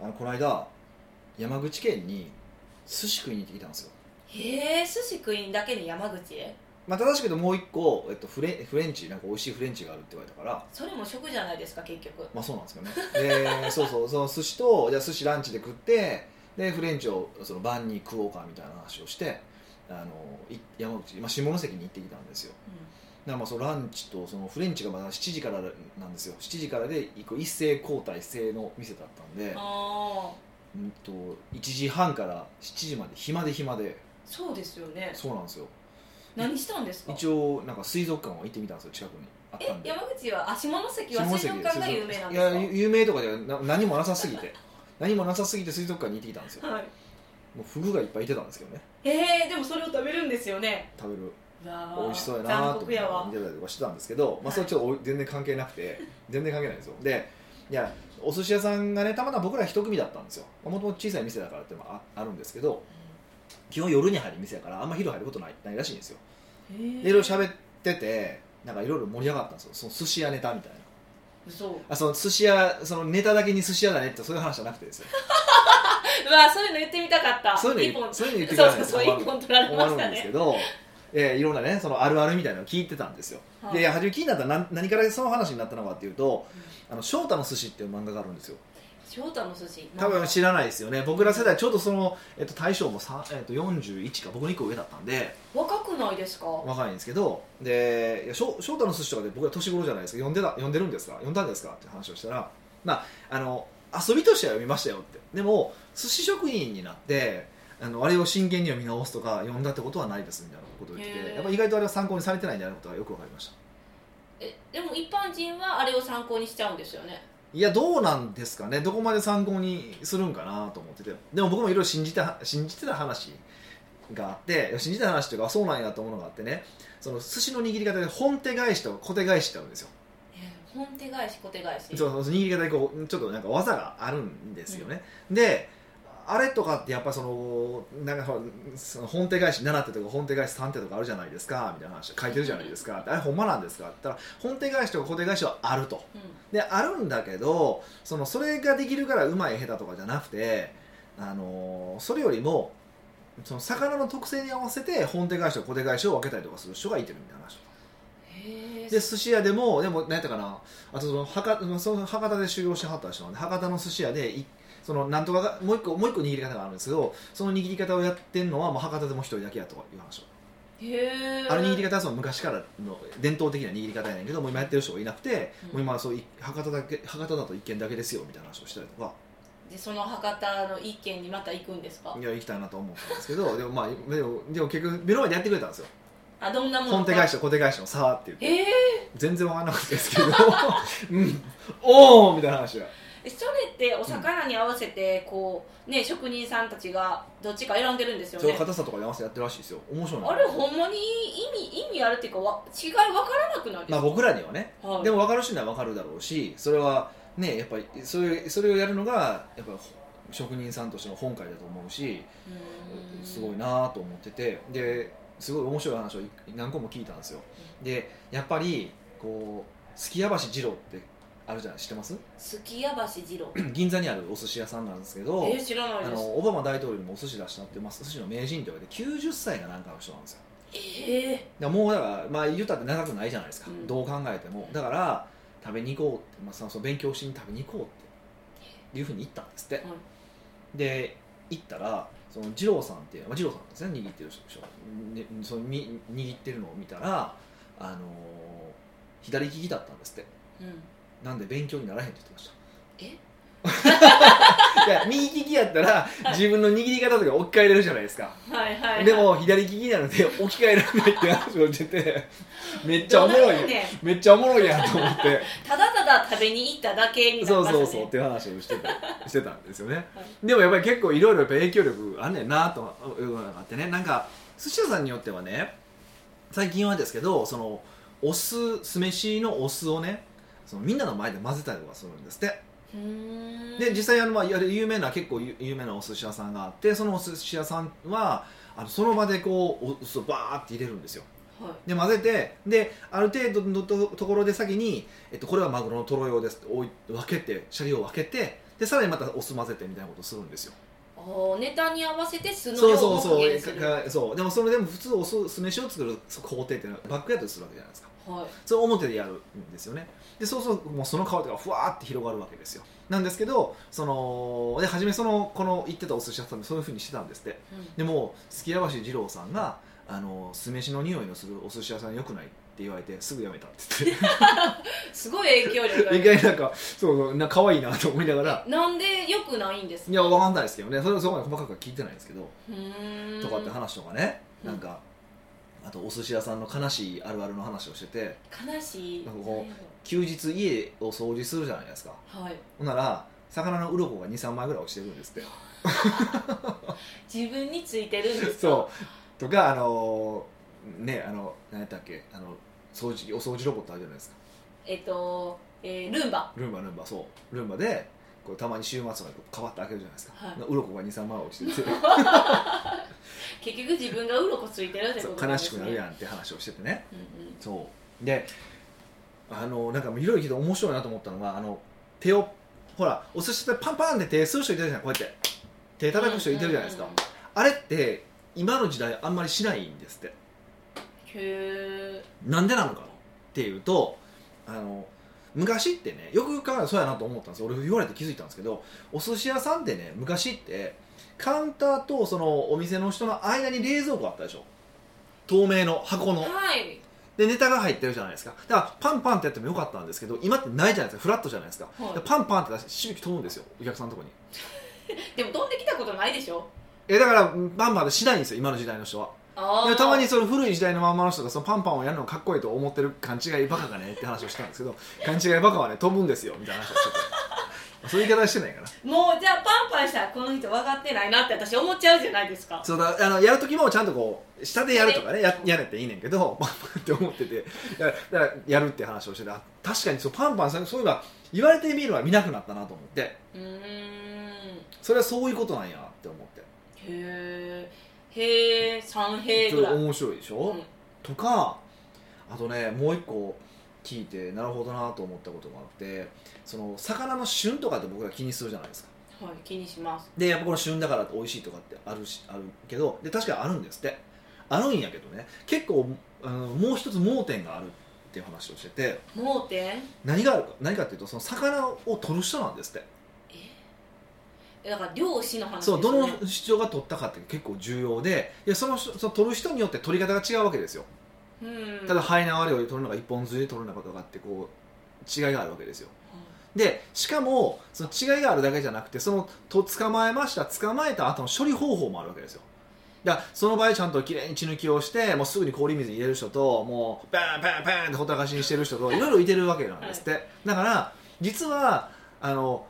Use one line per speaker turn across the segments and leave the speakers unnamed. のこの間山口県に寿司食いに行ってきたんですよ、
へえ寿司食いにだけに山口へ
まあ、正しく言うともう一個、えっと、フレフレンチなんか美味しいフレンチがあるって言われたから
それも食じゃないですか結局
まあそうなんですけどねで そうそうその寿司とじゃあ寿司ランチで食ってでフレンチをその晩に食おうかみたいな話をしてあのい山口、まあ、下関に行ってきたんですよだからまあそのランチとそのフレンチがまだ7時からなんですよ7時からで一個一斉交代制の店だったんで
ああ
うんと1時半から7時まで暇で暇で
そうですよね
そうなんですよ
何したんですか
一応なんか水族館は行ってみたんですよ近くにあった
え
んで
山口はあ下関は水族館が有名なん
い
で
や
す
有名とかじゃな何もなさすぎて何もなさすぎて水族館に行ってきたんですよ
かはい
もうフグがいっぱいいてたんですけどね
えー、でもそれを食べるんですよね
食べる
美
美味しそうやな
残
と思っ
酷
て
やわ
見てたりとかしてたんですけど、まあ、それちょっとお全然関係なくて全然関係ないんですよでいやお寿司屋さんがねたまたま僕ら一組だったんですよもともと小さい店だからってのもああるんですけど基本夜に入る店やからあんま昼入ることないないらしいんですよ
へー
でいろいろ喋っててなんかいろいろ盛り上がったんですよその寿司屋ネタみたいな
そう
あその寿司屋そのネタだけに寿司屋だねってそういう話じゃなくてです よ
うわそういうの言ってみたかった
そういう
一
の
本
そういうの言ってく
そ
だ
う
さい
そう
ね
そう一本取られ
終
ま
わ
し
る
た
んですけ
ね
ど、えーいろんなねそのあるあるみたいなのを聞いてたんですよ
はい
で初め気になったら何何からその話になったのかっていうと「あの翔太の寿司」っていう漫画があるんですよ
翔太の寿司
多分知らないですよね僕ら世代ちょうどその、えっと、大将も、さんえっと、41か僕の1個上だったんで
若くないですか
若いんですけどでいや翔翔太の寿司とかで僕ら年頃じゃないですか読んでた読んでるんですか読んだんですかって話をしたらまああの遊びとしては読みましたよってでも寿司職人になってあのあれを真剣に読み直すとか読んだってことはないですみたいなことを言って
へ
て
ー
やっぱ意外とあれは参考にされてないんじゃないことがよく分かりました
えでも一般人はあれを参考にしちゃうんですよね
いやどうなんですかねどこまで参考にするんかなと思っててでも僕もいろいろ信じた信じてた話があっていや信じてた話というかそうなんやと思うのがあってねその寿司の握り方で本手返しと小手返しってあるんですよ
え本手返し小手返し
そうそうそう握り方でこうちょっとなんか技があるんですよね、であれとかってやっぱそのなんかほらその本手返し7手とか本手返し3手とかあるじゃないですかみたいな話書いてるじゃないですかあれほんまなんですかって言ったら本手返しとか小手返しはあると
うん
であるんだけどそのそれができるからうまい下手とかじゃなくて、あのーそれよりもその魚の特性に合わせて本手返しと小手返しを分けたりとかする人がいてるみたいな話
へえ
で寿司屋でもでも何やったかなあとその博その博多で修行してはった人なんで博多の寿司屋でいそのなんとかがもう一個もう一個握り方があるんですけどその握り方をやってるのはもう博多でも一人だけやとかいう話を
へえ
あの握り方はその昔からの伝統的な握り方やねんけどもう今やってる人がいなくて、
うん
もう今はそうい博多だけ博多だと一軒だけですよみたいな話をしたりとか
でその博多の一軒にまた行くんですか
いや行きたいなと思ったんですけどでもまあでもでも結局目の前でやってくれたんですよ
あどんなもの
本手返しと小手返しの差って言って
え
全然わからなかったですけどうんおおみたいな話が
えそれってお魚に合わせてこうね職人さんたちがどっちか選んでるんですよ
そう
ね
硬さとかに合わせてやってるらしいですよ面白いな
あれほんまに意味意味あるっていうかわ違い分からなくないです
まあ
か、
僕らにはね
はい
でも分かる人には分かるだろうしそれはねやっぱりそれそれをやるのがやっぱ職人さんとしての本懐だと思うし
うーん
すごいなと思っててですごい面白い話をい何個も聞いたんですよでやっぱりこうすきや橋二郎ってあるじゃない知ってます
すきや橋二郎
銀座にあるお寿司屋さんなんですけど、
え知らない
あ
です
のオバマ大統領にもお寿司出したって、まあ、寿司の名人と言われて90歳がなんかの人なんですよ
ええ
だからもうだから、まあ、言ったって長くないじゃないですか、
うん
どう考えてもだから食べに行こうって、まあ、そのその勉強しに食べに行こうっていうふうに言ったんですって、
は
で行ったらその二郎さんっていう、まあ、二郎さんですね握ってる人、ね、そのみ握ってるのを見たら、あのー左利きだったんですって
うん
なんで勉強にならへんって言ってました
え
いや右利きやったら自分の握り方とか置き換えれるじゃないですか
はいはい、はい、
でも左利きなので置き換えられないって話をして てめっちゃおもろい
どんなもんね
めっちゃおもろいやんと思って
ただただ食べに行っただけになり
そう
ましたね
そうそうっていう話をしてたしてたんですよね、
は
でもやっぱり結構いろいろやっぱ影響力あんねんなというのがあってねなんか寿司屋さんによってはね最近はですけどそのお酢酢飯のお酢をねそのみんなの前で混ぜたりとかするんですって
うーん
で実際あの、まあ、いわゆる有名な結構有有名なお寿司屋さんがあってそのお寿司屋さんはあのその場でこうお酢をバーって入れるんですよ
はい
で混ぜてである程度のとところで先に、えっと、これはマグロのトロ用ですって置い分けてシャリを分けてででさらにまたお酢混ぜてみたいなことするんですよ
おーネタに合わせて酢の
そう
量
そう
を
そ
補
う
減するは
かかそうでもそれでも普通お酢酢飯を作る工程っていうのはバックヤードでするわけじゃないですか
い
それを表でやるんですよねでそうするともうその香りがふわーって広がるわけですよなんですけどそので初めそのこの行ってたお寿司屋さんでそういうふうにしてたんですって
うん
でもすきやばし二郎さんがあの酢飯の匂いのするお寿司屋さん良くないって言われてすぐやめたって言って
すごい影響力がある
意外になんかそうそうな可愛いなと思いながら
なんでよくないんです
いやわかんないですけどねそれはそこまで細かくは聞いてないですけど
うーん
とかって話とかね
うん
なんかあとお寿司屋さんの悲しいあるあるの話をしてて
悲しい
なんかこ休日家を掃除するじゃないですか
はい
ほんなら魚の鱗が23枚ぐらい落ちてるんです って
自分についてるんですか
そうとかあのーねあの何やったっけあの掃除機お掃除ロボットあるじゃないですか
えっと、えールンバ
ルンバルンバそうルンバでこうたまに週末とかにこうカバッて開けるじゃないですか、
はい
鱗が23枚落ち てて
結局自分が鱗ついてるって
そ
こ
う
と
悲しくなる
ん、
やんって話をしててね
うんうん、
そうであのなんかいろいろ聞いて面白いなと思ったのがあの手をほらお寿司ってパンパンって手する人いてるじゃないこうやって手叩く人いてるじゃないですか、
うんうんうん
あれって今の時代あんまりしないんですって
へ
なんでなのかっていうとあの昔ってねよく考えたらそうやなと思ったんですよ俺言われて気づいたんですけどお寿司屋さんってね昔ってカウンターとそのお店の人の間に冷蔵庫あったでしょ透明の箱
ー
の
はい
でネタが入ってるじゃないですかだからパンパンってやってもよかったんですけど今ってないじゃないですかフラットじゃないですか,、
はい
パンパンって出してしぶき飛ぶんですよお客さんのとこに
でも飛んできたことないでしょ
えだからパンパンでしないんですよ今の時代の人は
あ
い
あ
やたまにその古い時代のまんまの人がそのパンパンをやるのかっこいいと思ってる勘違いバカがねって話をしたんですけど勘違いバカはね飛ぶんですよみたいな話をしててそういう言い方してないかな
もうじゃあパンパンしたらこの人分かってないなって私思っちゃうじゃないですか
そうだあのやる時もちゃんとこう下でやるとかねややれっていいねんけどパンパンって思っててだからだからやるって話をしててあ確かにそうパンパンさんそういえば言われてみれば見なくなったなと思って
うーん
それはそういうことなんやって思って
へえへえ三平
そ
ぐ
れ
らい、
面白いでしょ、
うん
とかあとねもう一個聞いてなるほどなと思ったことがあってその魚の旬とかって僕ら気にするじゃないですか
はい気にします
でやっぱこの旬だから美味しいとかってあるしあるけどで確かにあるんですってあるんやけどね結構あのもう一つ盲点があるっていう話をしてて
盲点
何があるか何かっていうとその魚を取る人なんですって
えだから漁師の話です
そ
よ
う
ね
どの主張が取ったかって結構重要ででその人その取る人によって取り方が違うわけですよ
うん
ただ肺縄漁で取るのか一本釣りで取るのかとかってこう違いがあるわけですよでしかもその違いがあるだけじゃなくてそのと捕まえました捕まえた後の処理方法もあるわけですよだからその場合ちゃんときれいに血抜きをしてもうすぐに氷水に入れる人ともうバンバンバンってほったらかしにしてる人といろいろいてるわけなんですって、だから実はあの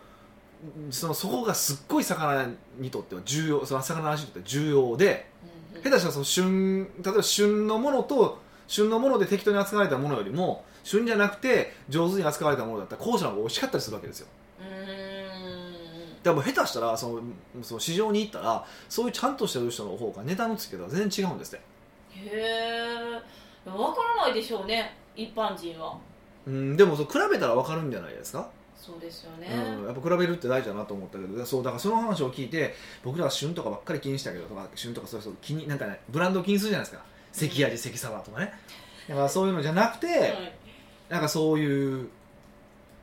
そのそこがすっごい魚にとっては重要その魚の味にとっては重要で
うんうん
下手したらその旬例えば旬のものと旬のもので適当に扱われたものよりも旬じゃなくて上手に扱われたものだったら後者の方が美味しかったりするわけですよ
うーん
でもう下手したらそのその市場に行ったらそういうちゃんとしてる人の方がネタのつけ方は全然違うんですって
へえ分からないでしょうね一般人は
うんでもそう比べたら分かるんじゃないですか、
そうですよね、
うん、やっぱ比べるって大事だなと思ったけどそうだからその話を聞いて僕らは旬とかばっかり気にしたけどとか旬とかそういう人気になんか、ね、ブランドを気にするじゃないですか関味関サバとかねだからそういうのじゃなくて、
はい
なんかそういう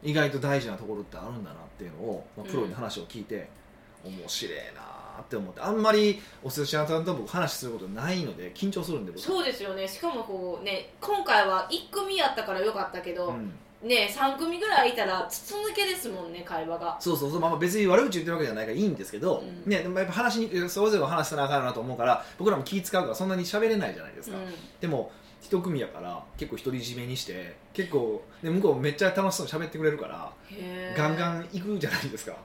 意外と大事なところってあるんだなっていうのを、まあ、プロに話を聞いて、面白いなーって思ってあんまりお寿司屋さんと僕話することないので緊張するんで僕
そうですよねしかもこうね今回は1組やったからよかったけど、
ん、
ね3組ぐらいいたら筒抜けですもんね会話が
そうそうそう、まあ、まあ別に悪口言ってるわけじゃないからいいんですけど、
うん
ね、でもやっぱ話にそれぞれ話さなあかんなと思うから僕らも気使うからそんなに喋れないじゃないですか、
うん
でも一組やから結構独り占めにして結構で向こうめっちゃ楽しそうに喋ってくれるから、
へえ
ガンガン行くじゃないですか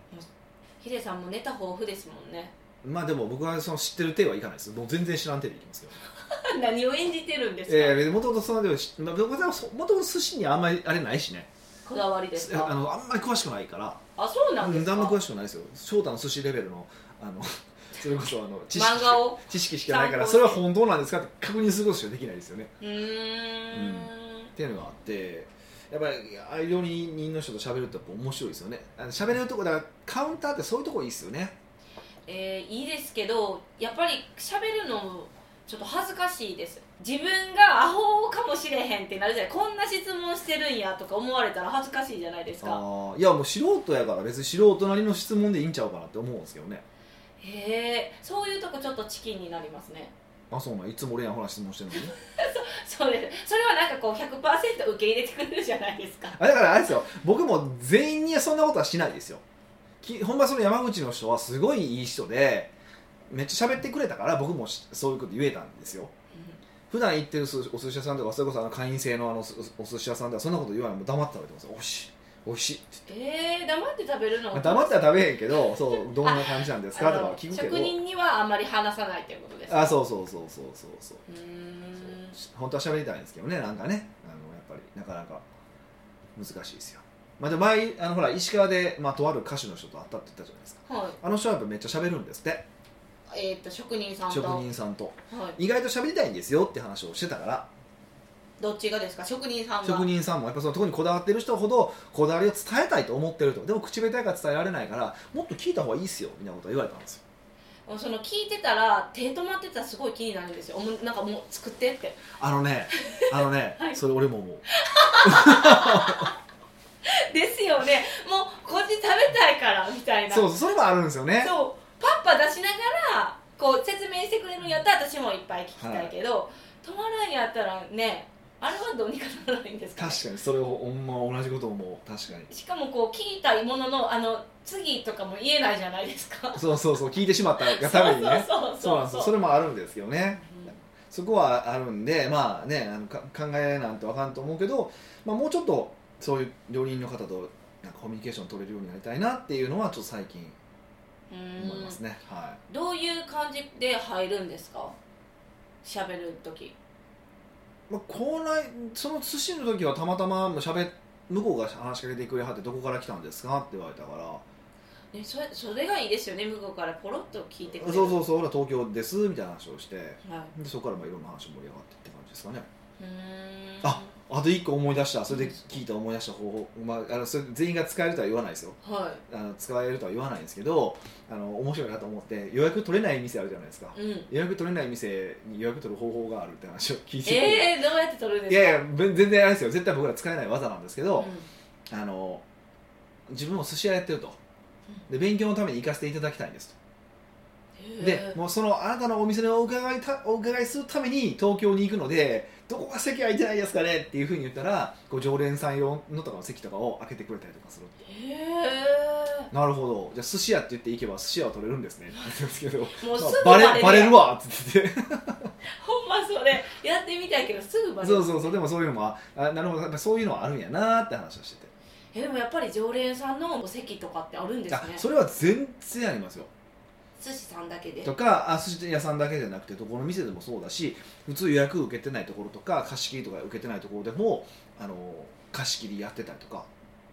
ヒデさんもネタ豊富ですもんね
まあでも僕はその知ってる手はいかないですもう全然知らん手でいきますけど
何を演じてるんですか、
ええもともとそのでもし、まあ、僕はそもともと寿司にあんまりあれないしね
こだわりです
あ
か
のあんまり詳しくないから
あそうなん
う
です
ん
か
あんま詳しくないですよ翔太の寿司レベルのあの それこそあの知識
漫画を
知識しかないから
参考に
それは本当なんですかって確認することしかできないですよね
うーん
っていうのがあってやっぱりああいう料理人の人と喋るとやっぱ面白いですよねあの喋れるとこだからカウンターってそういうとこいいですよね
えーいいですけどやっぱり喋るのちょっと恥ずかしいです自分がアホかもしれへんってなるじゃないこんな質問してるんやとか思われたら恥ずかしいじゃないですか
あーいやもう素人やから別に素人なりの質問でいいんちゃうかなって思うんですけどね
へえそういうとこちょっとチキンになりますね
あそうなんいつも俺やんほら質問してるのに ね
そうですそれはなんかこう100%受け入れてくれるじゃないですか
あだからあれですよ僕も全員にそんなことはしないですよきほんまその山口の人はすごいいい人でめっちゃ喋ってくれたから僕もしそういうこと言えたんですよ普段行ってるすお寿司屋さんとかそれこそあの会員制のあのすお寿司屋さんではそんなこと言わないもう黙って食べてますよおいしいおいしいって
えー、黙って食べるの
まあ黙っては食べへんけどそうどんな感じなんですか
あ
とか
の
は聞くけど
職人にはあんまり話さないということです
あそうそうそうそうそうそう
うーん
本当は喋りたいんですけどねなんかねあのやっぱりなかなか難しいですよまあでも前あのほら石川で、まあ、とある歌手の人と会ったって言ったじゃないですか
は
あの人はやっぱめっちゃ喋るんですって
いえー、っと職人さんと
職人さんと
はい、
意外と喋りたいんですよって話をしてたから
どっちがですか職人さんが
職人さんもやっぱそのとこにこだわってる人ほどこだわりを伝えたいと思ってるとでも口下手やから伝えられないからもっと聞いた方がいいっすよみたいなことを言われたんですよ
その聞いてたら手止まってたらすごい気になるんですよおもなんかもう作ってって
あのねあのね、
はい
それ俺も思う
ですよねもうこっち食べたいからみたいな
そうそれもあるんですよね
そうパッパ出しながらこう説明してくれるんやったら私もいっぱい聞きたいけど、止まらんやったらねあれはどうにかならないんですか,、
確かにそれをほんま同じこと思う確かに
しかもこう聞いたもののあの次とかも言えないじゃないですか
そうそう そう聞いてしまったがためにね
そうそう
そうなんで
そう
すよそれもあるんですよね
うん
そこはあるんでまあねあのか考えなんてわかんと思うけど、まあ、もうちょっとそういう料理人の方となんかコミュニケーション取れるようになりたいなっていうのはちょっと最近
う
思いま
ん
すね、は
どういう感じで入るんですか喋る時
い、まあ、こないその寿司の時はたまたましゃべ向こうが話しかけてくれはってどこから来たんですかって言われたから
ね、それそれがいいですよね向こうからポロッと聞いてくれる
そうそうそう俺は東京ですみたいな話をして
はい、
でそこからまあいろんな話盛り上がってって感じですかね
うーん
ああと一個思い出したそれで聞いた思い出した方法、まあ、あのそれ全員が使えるとは言わないですよ
は
あの使えるとは言わないんですけどあの面白いなと思って予約取れない店あるじゃないですか
い、うん、
予約取れない店に予約取る方法があるって話を聞いて、
えー、どうやって取るん
い
ですか
やいやぶん全然あれですよ絶対僕ら使えない技なんですけど、
う
あの自分も寿司屋やってるとで勉強のために行かせていただきたいんです
んへ
と
ー
でもうそのあなたのお店のお伺いたお伺いするために東京に行くのでどこが席空いてないですかねっていうふうに言ったらこう常連さん用のとかの席とかを開けてくれたりとかす る
へ
なるほどじゃあ寿司屋って言って行けば寿司屋は取れるんですねって言うんですけど
ーもうす
まあ
ぐ
バ
バレ
レバレる
わ
わって言ってて
ほんまそれやってみたいけどすぐバレる
そうそうそうでもそういうのもああなるほどやっぱそういうのはあるんやなって話をしてて
えでもやっぱり常連さんのお席とかってあるんです
あ
ね
それは全然ありますよ
寿司さんだけで
とかあ寿司屋さんだけじゃなくてどこの店でもそうだし普通予約受けてないところとか貸し切りとか受けてないところでもあの貸し切りやってたりとか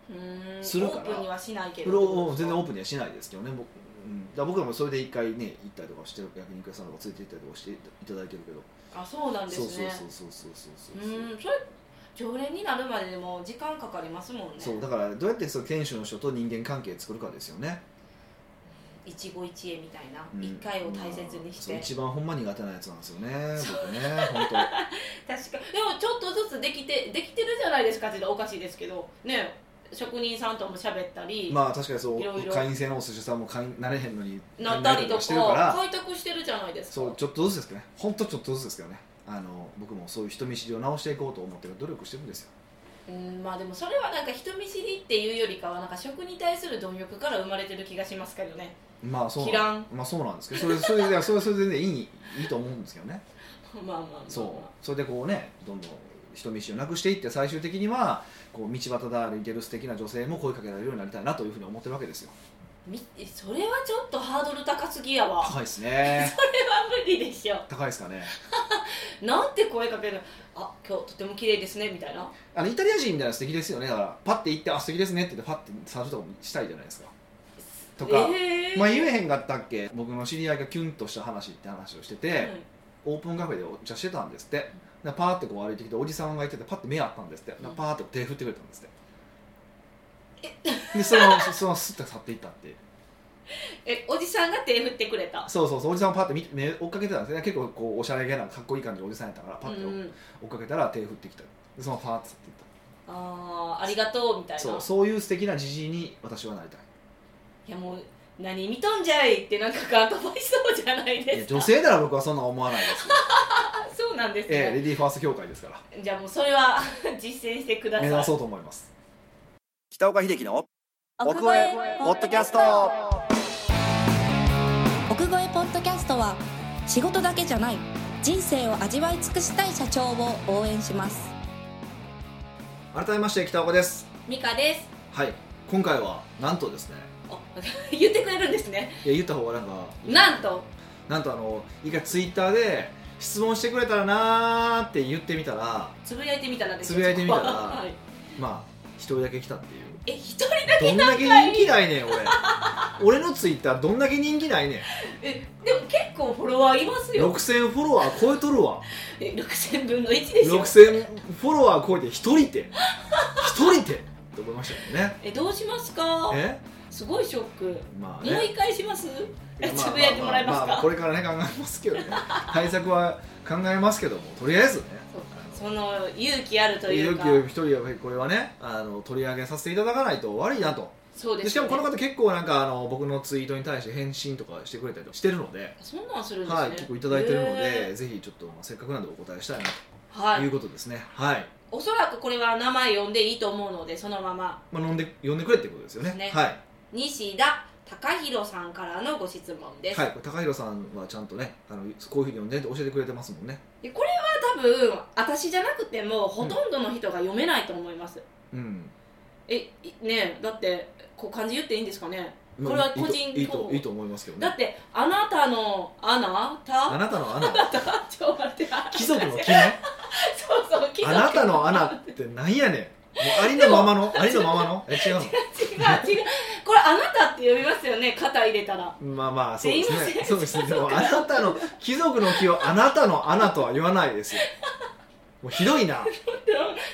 うーん
するか
オ
ら
ープンにはしないけ
それ
ど
を全然オープンにはしないですけどね僕,、うん、だから僕らもそれで一回ね行ったりとかして焼肉屋さんとかついて行ったりとかしていただいてるけど
あそうなんです
そう
ね
そうそうそうそうそうそ
う
う
ーんそれ常連になるまででも時間かかりますもんね
そうだからどうやってその店主の人と人間関係作るかですよね
一期一会みたいな、
うん
一回を大切にし
まあそ
て、
う一番ほんま苦手なやつなんですよね
そ
僕ね 本当
確かでもちょっとずつできてできてるじゃないですかって言ったらおかしいですけどね職人さんとも喋ったり、
まあ確かにそう
いろいろ
会員制のお寿司さんも会員なれへんのに
なったりとか
してるから
開拓してるじゃないですか
そうちょっとずつですけどね本当ちょっとずつですけどねあの僕もそういう人見知りを直していこうと思ってる努力してるんですよ
うんまあでもそれはなんか人見知りっていうよりかはなんか食に対する貪欲から生まれてる気がしますけどね
まあそう
切らん
まあそうなんですけどそれそれでそれそれでねいいいいと思うんですけどね
まあまあまあまあ
そうそれでこうねどんどん人見知りをなくしていって最終的にはこう道端で歩いてる素敵な女性も声かけられるようになりたいなというふうに思ってるわけですよ
みそれはちょっとハードル高すぎやわ そ
高いですね
れは無理でしょ
高いですかね
なんて声かけるのあ今日とても綺麗ですねみたいな
あのイタリア人みたいな素敵ですよねだからパッて行って「あ素敵ですね」って言ってパッて触るとかもしたいじゃないですかとか、
えー
まあ言えへんかったっけ僕の知り合いがキュンとした話って話をしてて、
うん
オープンカフェでお茶してたんですってだからパーってこう歩いてきておじさんがいててパッて目あったんですってだからパーって手振ってくれたんですってでそのそそのスッて去っていったっていう
えおじさんが手振ってくれた
そうそうそうおじさんをパッて見て目追っかけてたんですね結構こうおしゃれげなかっこいい感じのおじさんやったからパッて
う
追
ん、
っかけたら手振ってきたでそのパーッつっていった
あーありがとうみたいな
そうそういう素敵なじじいに私はなりたい
いやもう何見とんじゃいってなんかかかわいそうじゃない
い
で
や
すか
女性なら僕はそんな思わない ですよ、
あそうなんです
ええレ
ね、
ディーファースト協会ですから
じゃあもうそれは 実践してくださ
目
い
指そうと思います
北岡秀樹の
奥越え
ポッドキャスト
奥越えポッドキャストは仕事だけじゃない人生を味わい尽くしたい社長を応援します
改めまして北岡です
ミカです
はい今回はなんとですね
あ 言ってくれるんですね
いや言った方がなんか
なんと
なんとあの一回ツイッターで質問してくれたらなーって言ってみたら
つぶやいてみたらです
つぶやいてみたら
はい
まあ一人だけ来たっていう
え一人
どんだけ人気ないねん 俺俺のツイッターどんだけ人気ないね
えでも結構フォロワーいます
ん
よ
6000フォロワー超えとるわ
え6000分の1ですよ
6000フォロワー超えて一人って一人ってって思いましたけどね
えどうしますか
え
すごいショック
まあね
もう一回します
いやまあ
つぶやいてもらえますか
ああこれからね考えますけどね対策は考えますけどもとりあえずね
そうその勇気あるという
勇
か
気を一人はこれはねあの取り上げさせていただかないと悪いなと
そうです、
で
ね、
しかもこの方結構なんかあの僕のツイートに対して返信とかしてくれたりとかしてるので、
そんなんするんですね、
はい、結構いただいてるの
へ
でぜひちょっとまあせっかくなんでお答えしたいな
ーは
という
い、
ことですねはい、
おそらくこれは名前呼んでいいと思うのでそのまま
まあ、飲んで呼んでくれってことですよね
ね
はい、
西田隆弘さんからのご質問です、
はい、これ高弘さんはちゃんとねあのこういうふうに呼んでって教えてくれてますもんね
でこれは多分私じゃなくてもほとんどの人が読めないと思います、
うん
えいねえだってこう漢字言っていいんですかね
まあ
これはい
いと
個人
いい
統
と
合
いいと思いますけど
だっ
ね
てあなたのあなた
あなたの穴
あなたちょっと待って
貴族の木ね
そうそう貴
あ
族
なたの穴ってなんやねんもうありのまま のありのままのえ違う
違う違うこれあなたって呼びますよね肩入れたら
のまあまあそうです
すいませ
ね
ん
そうですねでもあなたの貴族の木をあなたの穴とは言わないですよもうひどい な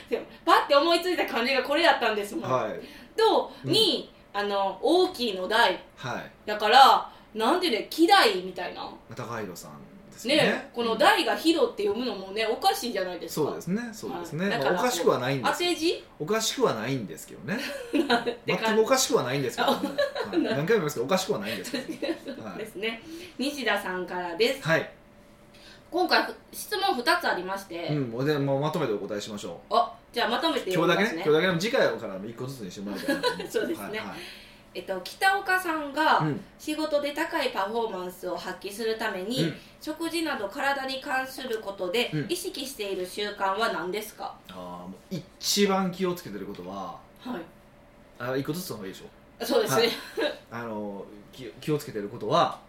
でもパッて思いついた感じがこれだったんですもん、
はい
と
うん
に、あの大きいの台
はい
だからなんでね「希代」みたいな
高弘さんです
ね
よね
この「台が「ヒロ」って読むのもねおかしいじゃないですか
そうですねそうです
は
ね、
いだ
ま
か
あ、
ら
おかしくはないんで
当
す
て字
おかしくはないんですけどね
なんて
全
感
く
じ
おかしくはないんですけど、ねはい、何回も言いますけどおかしくはないんですけど、
そう
は
で
い、
すね西田さんからです
はい、
今回ふ質問2つありまして、
うんもうでもうまとめてお答えしましょう
あじゃあまとめて
今日だけ
読みま
ね
すね
今日だけでも次回からも一個ずつにしてもらえたらなと思
そうですね
はいはい
えっと、北岡さんが
うん
仕事で高いパフォーマンスを発揮するために、
うん
食事など体に関することで
うん
意識している習慣は何ですか、
あーもう一番気をつけてることは
はい
あ一個ずつの方がいいでしょ
そうですね、
はいあの気気をつけてることは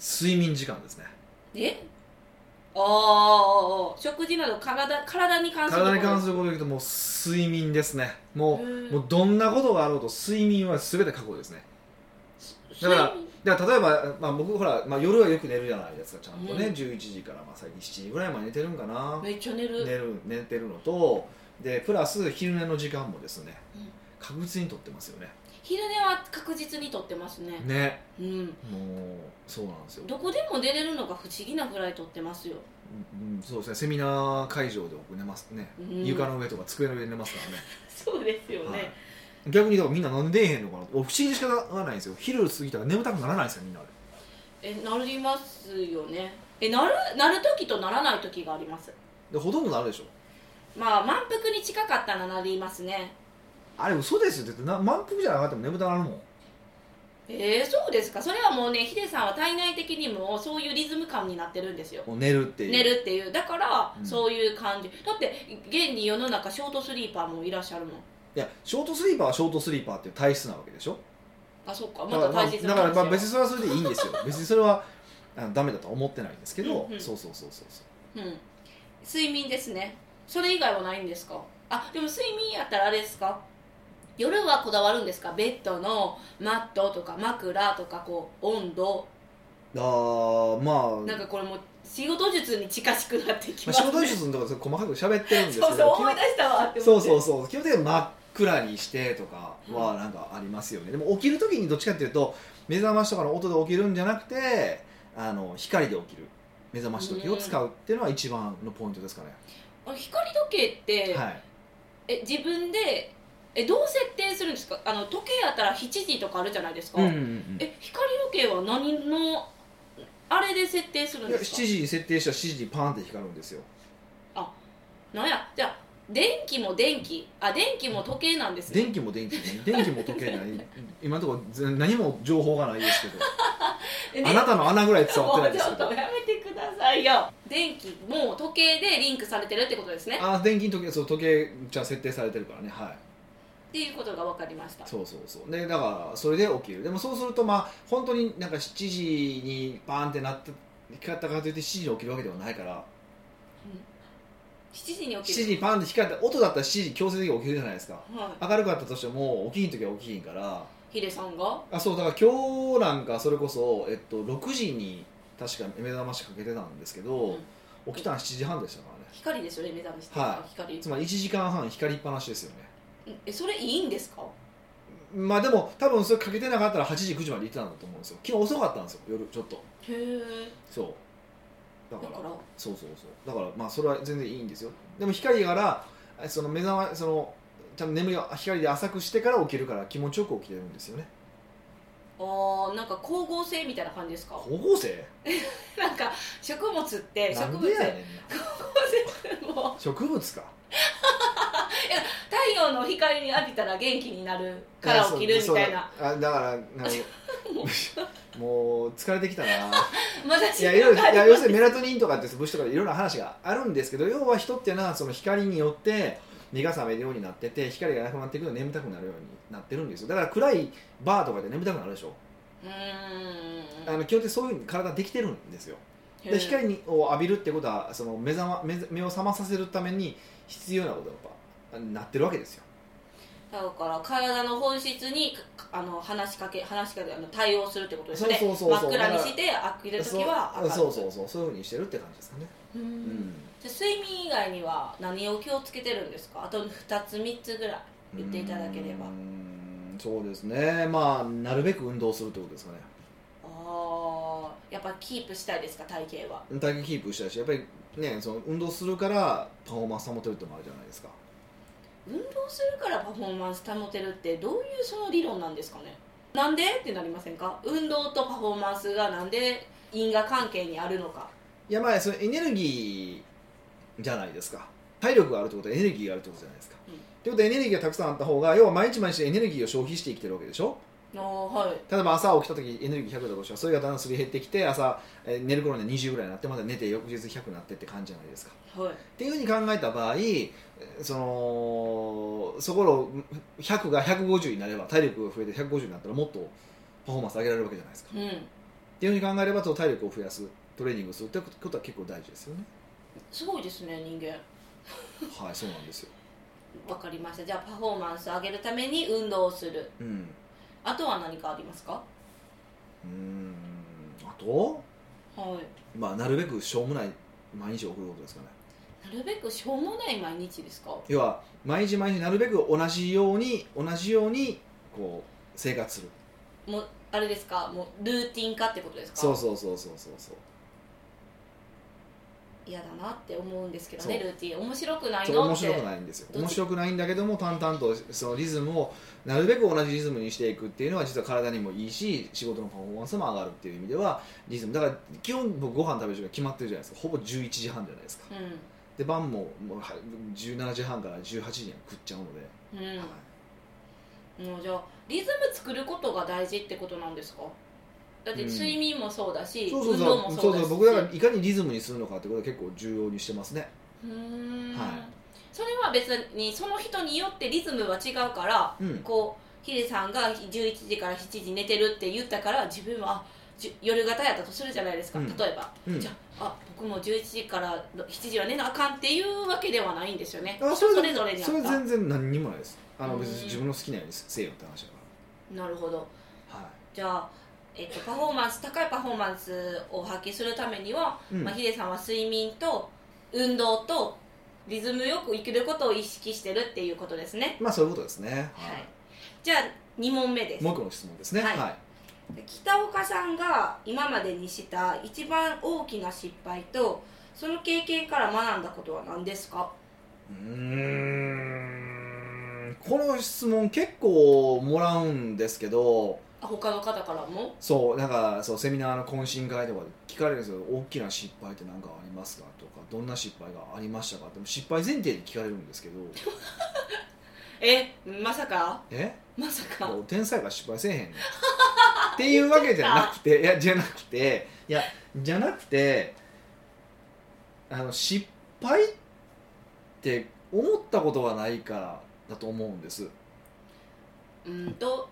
睡眠時間ですね
えああ食事など体体に関する
体に関す
る
ることで言うともう睡眠ですねもうも
も
うどんなことがあろうと睡眠は全て過去ですねだからだから例えば、まあ、僕ほら、まあ、夜はよく寝るじゃないですかちゃんとね、
うん
11時から、まあ、最近7時ぐらいまで寝てるんかな、
めっちゃ寝る
寝る寝てるのとでプラス昼寝の時間もですね、
うん
確実にとってますよね
昼寝は確実にとってますね
ね
う
も
ん
うそうなんですよ、
どこでも寝れるのが不思議なぐらいとってますよ、
うんうん、そうですねセミナー会場で僕寝ますね、
うん
床の上とか机の上で寝ますからね
そうですよね、
はい逆にだからみんななんで出えへんのかな不思議で仕方がないんですよ昼過ぎたら眠たくならないんですよみんなあれ
えなりますよねえなるなる時とならない時があります
でほとんどなるでしょ
まあ満腹に近かったらなりますね
あれ嘘ですよだってな満腹じゃなかったら眠たなるもん
えー、そうですかそれはもうねヒデさんは体内的にもそういうリズム感になってるんですよ
もう寝るっていう
寝るっていうだから、
うん
そういう感じだって現に世の中ショートスリーパーもいらっしゃるもん
いやショートスリーパーはショートスリーパーっていう体質なわけでしょ
あそっか
だ
ま
から
た
まあ
大切
だ
な
からまあ
話
別にそれはそれでいいんですよ別にそれはあのダメだとは思ってないんですけど、
うんうん
そうそうそうそうそう
うん睡眠ですねそれ以外はないんですかあでも睡眠やったらあれですか夜はこだわるんですかベッドのマットとか枕とかこう温度
あーまあ
なんかこれもう仕事術に近しくなってき
ま
ま
あ、
す、
仕事
ね、
術のところで細かく喋ってるんですけど
そうそう思い出したわって
基本
思
そう
って
そうそう基本的に真っ暗にしてとかはなんかありますよね、でも起きる時にどっちかっていうと目覚ましとかの音で起きるんじゃなくてあの光で起きる目覚まし時計を使うっていうのは一番のポイントですかね、
あの光時計って、
はい
え自分でえどう設定するんですかあの時計やったら7時とかあるじゃないですか、
うんうんうん
え光時計は何のあれで設定するん
いや
ですか
7時に設定したら7時にパンって光るんですよ
なんやじゃあ電気も電気あ電気も時計なんですね
電気も電気も 電気も時計ない今のところ全何も情報がないですけど
え
あなたの穴ぐらい伝わって
も
な
う
いで
ちょ
す
っ
け
と
ど
やめてくださいよ電気も時計でリンクされてるってことですねっ
あ電気に時計そう時計じゃあ設定されてるからねはい
ていうことが分かりました
そうそうそうでだからそれで起きるでもそうするとまあ本当になんか7時にバーンってなって光ったからといって7時に起きるわけではないから
7時に
7
起き
時
る
にバーンって光った音だったら7時強制的に起きるじゃないですか
は
明るかったとしても起きん時は起きひんから
いヒデさんが
あそうだから今日なんかそれこそ、えっと、6時に確か目覚ましかけてたんですけど、起きたの7時半でしたからね
光ですよね目覚めして
はい
光
つまり1時間半光りっぱなしですよね
えそれいいんですか
まあでも多分それかけてなかったら8時9時まで行ってたんだと思うんですよ昨日遅かったんですよ夜ちょっと
へえ
そうだ
だ
か
からら
そうそうそうだからまあそれは全然いいんですよでも光からえその目覚まそのちゃんと眠りを光で浅くしてから起きるから気持ちよく起きれるんですよね
あーなんか光合成みたいな感じですか
高校生
なんか植物って植
なん
物
でやねん
もう
な植物か
太陽の光に浴びたら元気になるから起きるみたいな
そうそうだあだから なんか
も
もう疲れてきたな
まだ
いやいろいろいや要するにメラトニンとかって物質とかいろいろな話があるんですけど要は人っていうのはその光によって目が覚めるようになってて光がなくなっていくと眠たくなるようになってるんですよだから暗いバーとかで眠たくなるでしょ
うーん
あの基本的にそういう体できてるんですよで光にを浴びるってことはその目覚、ま、目目を覚まさせるために必要なことがやっぱなってるわけですよ
だから体の本質にかあの話しかけ話しかけあの対応するってことですよね
そうそうそうそう
真っ暗にして開ける
そう
時は明るく
そうそうそうそういうふうにしてるって感じですかね、
うーん
うん
じゃあ睡眠以外には何を気をつけてるんですかあと2つ3つぐらい言っていただければ
うーんそうですねまあなるべく運動するってことですかね
ああやっぱキープしたいですか体型は
体型キープしたいしやっぱりねその運動するからパフォーマンス保てるってのもあるじゃないですか
運動するからパフォーマンス保てるってどういうその理論なんですかねなんでってなりませんか運動とパフォーマンスがなんで因果関係にあるのか
いやまあそのエネルギーじゃないですか体力があるってことはエネルギーがあるってことじゃないですか、
うん
ってことはエネルギーがたくさんあった方が要は毎日毎日エネルギーを消費して生きてるわけでしょ
ああはい
例えば朝起きた時エネルギー100だとしたらそれがだんだんすり減ってきて朝、えー寝る頃には20ぐらいになってまた寝て翌日100になってって感じじゃないですか
はい
っていうふうに考えた場合えーそのそこの100が150になれば体力が増えて150になったらもっとパフォーマンス上げられるわけじゃないですか
うん
っていうふうに考えればその体力を増やすトレーニングをするってことは結構大事ですよ ね
すごいですね人間
はいそうなんですよ、
わかりましたじゃあパフォーマンスを上げるために運動をする
うん、
あとは何かありますか
うーんあと、
は
まあ、なるべくしょうもない毎日を送ることですかね
いなるべくしょうもない毎日ですか
要は毎日毎日なるべく同じように同じようにこう生活する
もうあれですかもうルーティン化ってことですか
そうそうそうそうそうそう
嫌だなって思うんですけどね
そう
ルーティン面白くない
そう
の
面
って
白くないんですよ
どっち
面白くないんだけども淡々とそのリズムをなるべく同じリズムにしていくっていうのは実は体にもいいし仕事のパフォーマンスも上がるっていう意味ではリズムだから基本僕ご飯食べる時間決まってるじゃないですかほぼ11時半じゃないですかで晩ももうは17時半から18時には食っちゃうので、
うん、うん
はい
もうじゃあリズム作ることが大事ってことなんですかだって
うん
睡眠もそうだし、
そうそう
運動も
そうそ
そう
う
だし
そう僕だからいかにリズムにするのかってことは結構重要にしてますね
うーん、
はい
それは別にその人によってリズムは違うから
うん
こうヒデさんが11時から7時寝てるって言ったから自分はあじゅ夜型やったとするじゃないですか、
うん
例えば、
うん
じゃああ僕も11時から7時は寝なあかんっていうわけではないんですよね
あ
人それぞれにあ
そ
っ
れ
た
全然何にもないですあの
うん
別に自分の好きなようにせえよって話だか
なるほど
らはい
じゃあえっと、パフォーマンス高いパフォーマンスを発揮するためには、
うん
まあ、ヒデさんは睡眠と運動とリズムよく生きることを意識してるっていうことですね
まあそういうことですね、
はいじゃあ2問目です
もう一個の質問ですね
はい
はい
北岡さんが今までにした一番大きな失敗とその経験から学んだことは何ですか
うーんこの質問結構もらうんですけど
あ他の方からも
そうなんかそうセミナーの懇親会とかで聞かれるんですよ大きな失敗って何かありますかとかどんな失敗がありましたかって失敗前提で聞かれるんですけど
えまさか
え
まさか
もう天才が失敗せえへんねんっていうわけじゃなくていやじゃなくていやじゃなくてあの失敗って思ったことがないからだと思うんです
うんと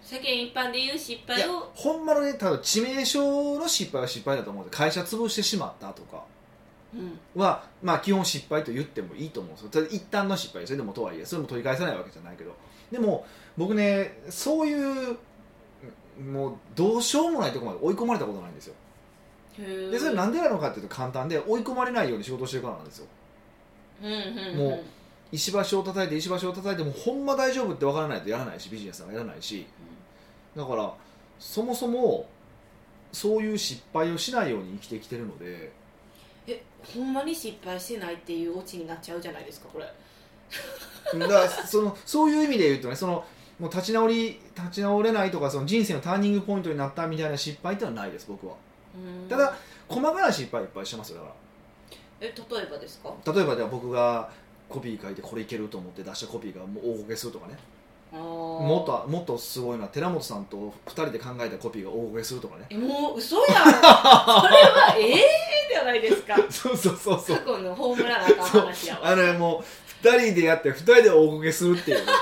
世間一般で言う失
い
敗
や
を
ほんまのね多分致命傷の失敗は失敗だと思うんです会社潰してしまったとか
うん
は、まあ、基本失敗と言ってもいいと思うんですよただ一旦の失敗ですよでもとはいえそれも取り返さないわけじゃないけどでも僕ねそういうもうどうしようもないところまで追い込まれたことないんですよ
へ
でそれなんでなのかっていうと簡単で追い込まれないように仕事をしてるからなんですよ
うんうんうん、
も石橋を叩いて石橋を叩いてもほんま大丈夫ってわからないとやらないしビジネスなんかやらないしだからそもそもそういう失敗をしないように生きてきてるので
えほんまに失敗してないっていうオチになっちゃうじゃないですかこれ
だからそのそういう意味で言うとねそのもう立ち直り立ち直れないとかその人生のターニングポイントになったみたいな失敗っていうのはないです僕は
うん
ただ細かな失敗いっぱいしてますよだか
え例えばですから
例えばでは僕がコピー書いてこれいけると思って出したコピーがもう大こけするとかねも
も
っともっとすごいのは寺本さんと2人で考えたコピーが大こけするとかね
えもう嘘やんそれ はええじゃないですか
そうそうそうそ
過
う
去のホームランあかん話やわ
あのねもう2人でやって2人で大こけするっていうね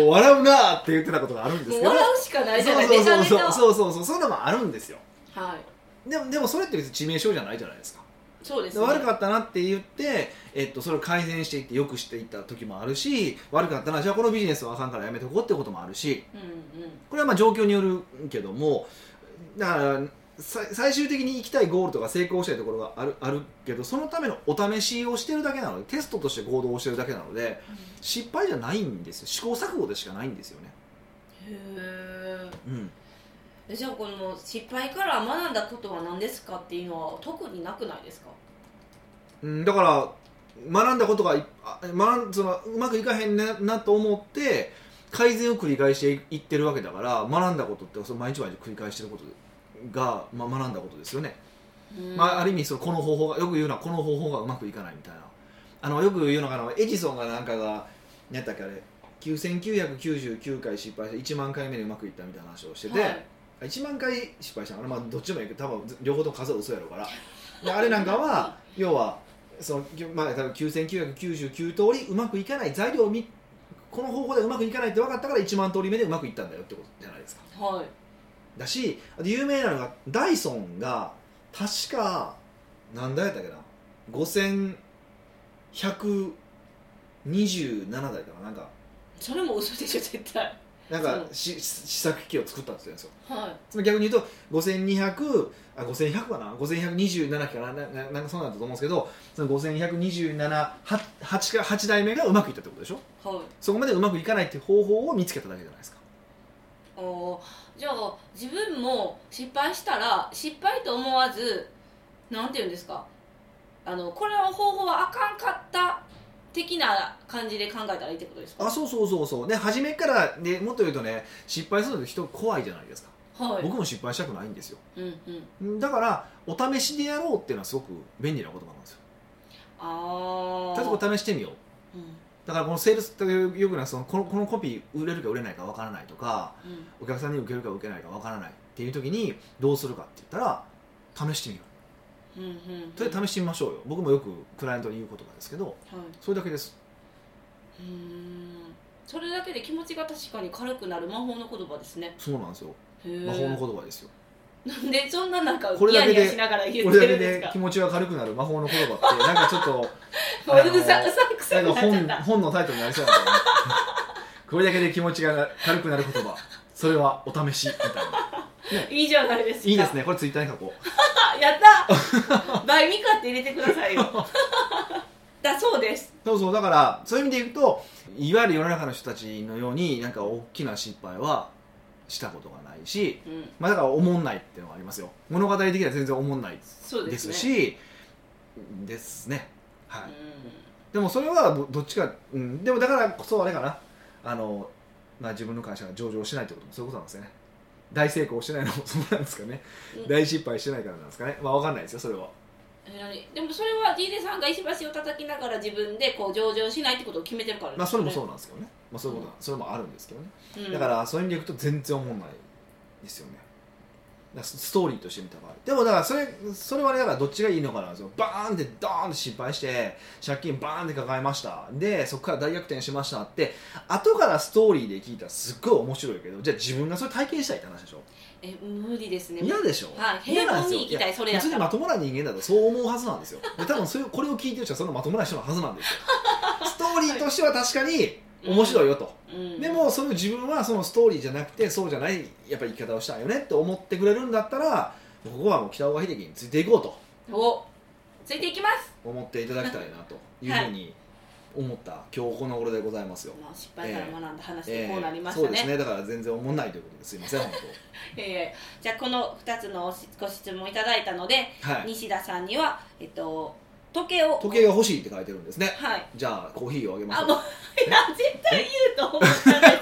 もう笑うなーって言ってたことがあるんで
も
す
う
けど
笑うしかないじゃない
そう
ネ
そ
タ
う
ネタ
そうそうそうそうそういうのもあるんですよ
はい
でもでもそれって別に致命傷じゃないじゃないですか
そうです
で
ね
悪かったなって言って、えっと、それを改善していってよくしていった時もあるし悪かったなじゃあこのビジネスはあかんからやめておこうってこともあるし
うんうん
これはまあ状況によるけどもだからさ最終的に行きたいゴールとか成功したいところがあるあるけどそのためのお試しをしてるだけなのでテストとして行動をしてるだけなので失敗じゃないんですよ試行錯誤でしかないんですよね、
へ
うん、
えじゃあこの失敗から学んだことは何ですかっていうのは特になくないですか
うんだから学んだことがいあ学んそのうまくいかへんななと思って改善を繰り返していいってるわけだから学んだことってその毎日毎日繰り返してることが、まあ、学んだことですよね、まあ、ある意味そのこの方法がよく言うのはこの方法がうまくいかないみたいなあのよく言うのがあのエジソンがなんかが何やったっけあれ9999回失敗して1万回目でうまくいったみたいな話をしてて、
はい
1万回失敗したのかな、まあ、どっちでもいいけど多分両方とも数は嘘やろうからであれなんか は要はその、まあ、多分9999通りうまくいかない材料を見この方法でうまくいかないって分かったから1万通り目でうまくいったんだよってことじゃないですか
はい
だしあと有名なのがダイソンが確か何台やったっけな5127台かななんか
それも嘘でしょ絶対
なん
そう
かし試作機を作ったんですよ
は
つまり逆に言うと5200あ5100かな5127かななななんかそうなんだと思うんですけどその5127 8, 8代目がうまくいったってことでしょ
いはい
そこまでうまくいかないっていう方法を見つけただけじゃないですか
おーじゃあ自分も失敗したら失敗と思わずなんて言うんですかあのこれは方法はあかんかった的な感じで考えたらいいってことですか
あそうそうそうそうで初めから、ね、もっと言うとね失敗するのって人怖いじゃないですか、
はい
僕も失敗したくないんですよ
うんうん
だからお試しでやろうっていうのはすごく便利な言葉なんですよ
ああ
例えば試してみようだからこのセールスというよくないそのこのこのコピー売れるか売れないかわからないとか
うんうん
お客さんに受けるか受けないかわからないっていう時にどうするかって言ったら試してみよう
うんうんうん
とりあえず試してみましょうよ僕もよくクライアントに言う言葉ですけど
はい
それだけです
うーんそれだけで気持ちが確かに軽くなる魔法の言葉ですね
そうなんですよ
へー
魔法の言葉ですよ
なんでそんななんか
これ
ニ
だ
ヤ
けで
ニヤしながら言
こ
っ
れ
て
だけ
るんです
で
か
気持ちが軽くなる魔法の言葉ってなんかちょっと
もう
あのー
うさうさく
な
さく
ん
な
か
っちゃっ
本
た
本のタイトルになりそうなんだよね これだけで気持ちが軽くなる言葉それはお試しみたいなね
いいじゃないですか
いいですねこれツイッターに書こう
あやった倍ミカって入れてくださ いよだそうです
そうそうだからそういう意味で言うといわゆる世の中の人たちのようになんか大きな失敗はしたことがないし、
うん
まあ、だから思んないっていうのがありますよ物語的には全然思んない
そう
で
です
す
ね
しですねはい、
う
でもそれはどどっちか、うん、でもだからこそあれかなあの、まあ、自分の会社が上場しないってこともそういうことなんですよね大成功してないのもそうなんですかね、
うん
大失敗してないからなんですかねまあわかんないですよそれは
んえ何でもそれは DJ さんが石橋を叩きながら自分でこう上場しないってことを決めてるから
まあそれもそう
う、
なんですけどね、まあ、そういうことはそれもあるんですけどね
うん
だからそういう意味でいくと全然思わないですよねだからスストーリーとして見た場合でもだからそれそれはねだからどっちがいいのかなんですよバーンってドーンって失敗して借金バーンって抱えましたでそこから大逆転しましたって後からストーリーで聞いたらすっごい面白いけどじゃあ自分がそれ体験したいって話でしょ
え無理ですね
嫌でしょ、
はい
嫌なんですよ
平凡に生きたいそれやった
普
ら
通にまともな人間だとそう思うはずなんですよで多分それこれを聞いてる人はそのまともな人のはずなんです よストーリーとしては確かに面白いよと、
うん
でもその自分はそのストーリーじゃなくてそうじゃないやっぱり生き方をしたいよねって思ってくれるんだったら僕はもう北岡秀樹についていこうと
おついていきます
思っていただきたいなというふうに思った、今日この頃でございますよ。
まあ、失敗から学んだ話
え
で
え
こうなりまし
そう
た
です
ね。
ねだから全然思んないということですいま せん本
ええじゃあこの2つのおしご質問いただいたので、
当はい
西田さんには、えっと、時計を
時計が欲しいって書いてるんですね
はい
じゃあコーヒーをあげまし
あ
ょう
もういや絶対言うと思っ たらね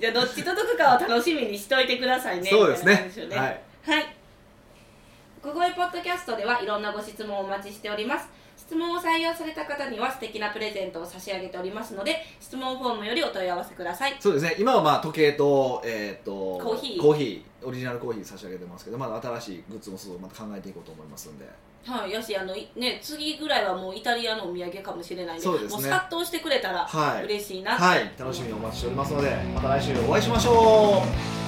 じゃあどっち届くかを楽しみにしといてくださいね
そうです
みたいな感じ
ね
よ
はい
はい。ここへポッドキャストではいろんなご質問をお待ちしております。質問を採用された方には素敵なプレゼントを差し上げておりますので、質問フォームよりお問い合わせください。
そうですね今はまあ時計と,、えー、とコ
ーヒー
オリジナルコーヒー差し上げてますけどまだ新しいグッズもそうまた考えていこうと思いますんで
はい、よし、あの、いね、次ぐらいはもうイタリアのお土産かもしれないんで、
そうですね
もう殺到してくれたら
はい
嬉しいなって
はい、楽しみにお待ちしておりますので、また来週お会いしましょう。